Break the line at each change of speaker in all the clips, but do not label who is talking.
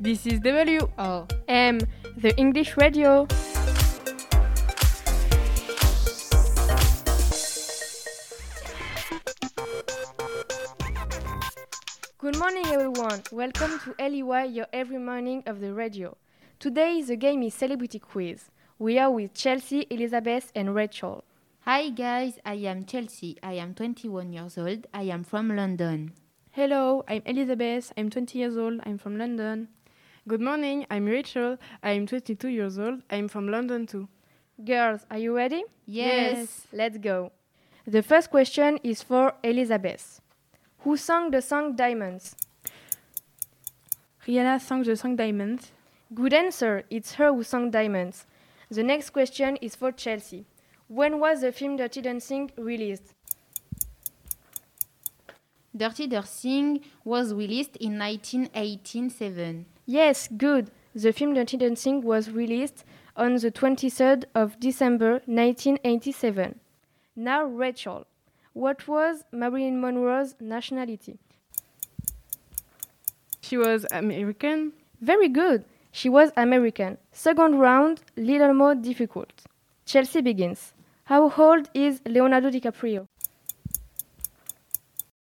This is W.
Oh.
M, the English radio. Good morning, everyone. Welcome to LEY, your every morning of the radio. Today, the game is Celebrity Quiz. We are with Chelsea, Elizabeth, and Rachel.
Hi guys, I am Chelsea. I am 21 years old. I am from London.
Hello, I'm Elizabeth. I'm 20 years old. I'm from London.
Good morning, I'm Rachel. I'm 22 years old. I'm from London too.
Girls, are you ready?
Yes.
Let's go. The first question is for Elizabeth. Who sang the song Diamonds?
Rihanna sang the song Diamonds.
Good answer, it's her who sang Diamonds. The next question is for Chelsea. When was the film Dirty Dancing released?
Dirty Dancing was released in 1987.
Yes, good. The film Dirty Dancing was released on the 23rd of December 1987. Now, Rachel, what was Marilyn Monroe's nationality?
She was American.
Very good. She was American. Second round, little more difficult. Chelsea begins. How old is Leonardo DiCaprio?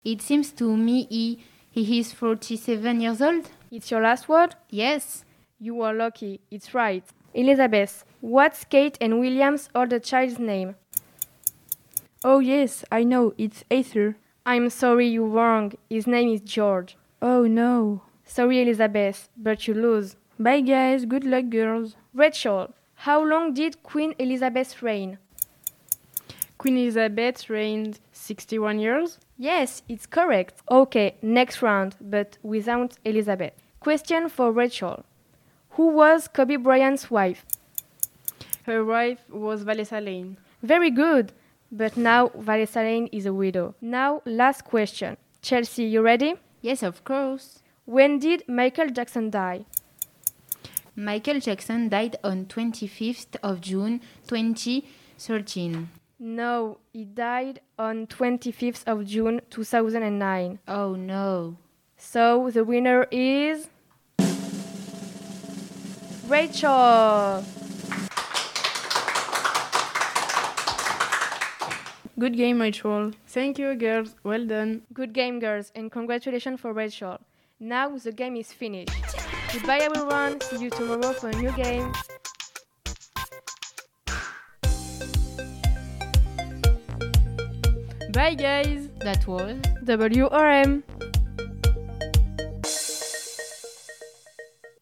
It seems to me he, he is 47 years old.
It's your last word?
Yes.
You are lucky. It's right. Elizabeth, what's Kate and William's older child's name?
Oh, yes, I know. It's Aether.
I'm sorry you're wrong. His name is George.
Oh, no.
Sorry, Elizabeth, but you lose.
Bye, guys. Good luck, girls.
Rachel, how long did Queen Elizabeth reign?
Queen Elizabeth reigned 61 years.
Yes, it's correct. Okay, next round, but without Elizabeth. Question for Rachel Who was Kobe Bryant's wife?
Her wife was Vanessa Lane.
Very good, but now Vanessa Lane is a widow. Now, last question. Chelsea, you ready?
Yes, of course.
When did Michael Jackson die?
Michael Jackson died on 25th of June 2013.
No, he died on 25th of June 2009.
Oh no.
So the winner is Rachel.
Good game, Rachel. Thank you, girls. Well done.
Good game, girls, and congratulations for Rachel. Now the game is finished. Goodbye, everyone. See you tomorrow for a new game.
Bye, guys.
That was
WRM.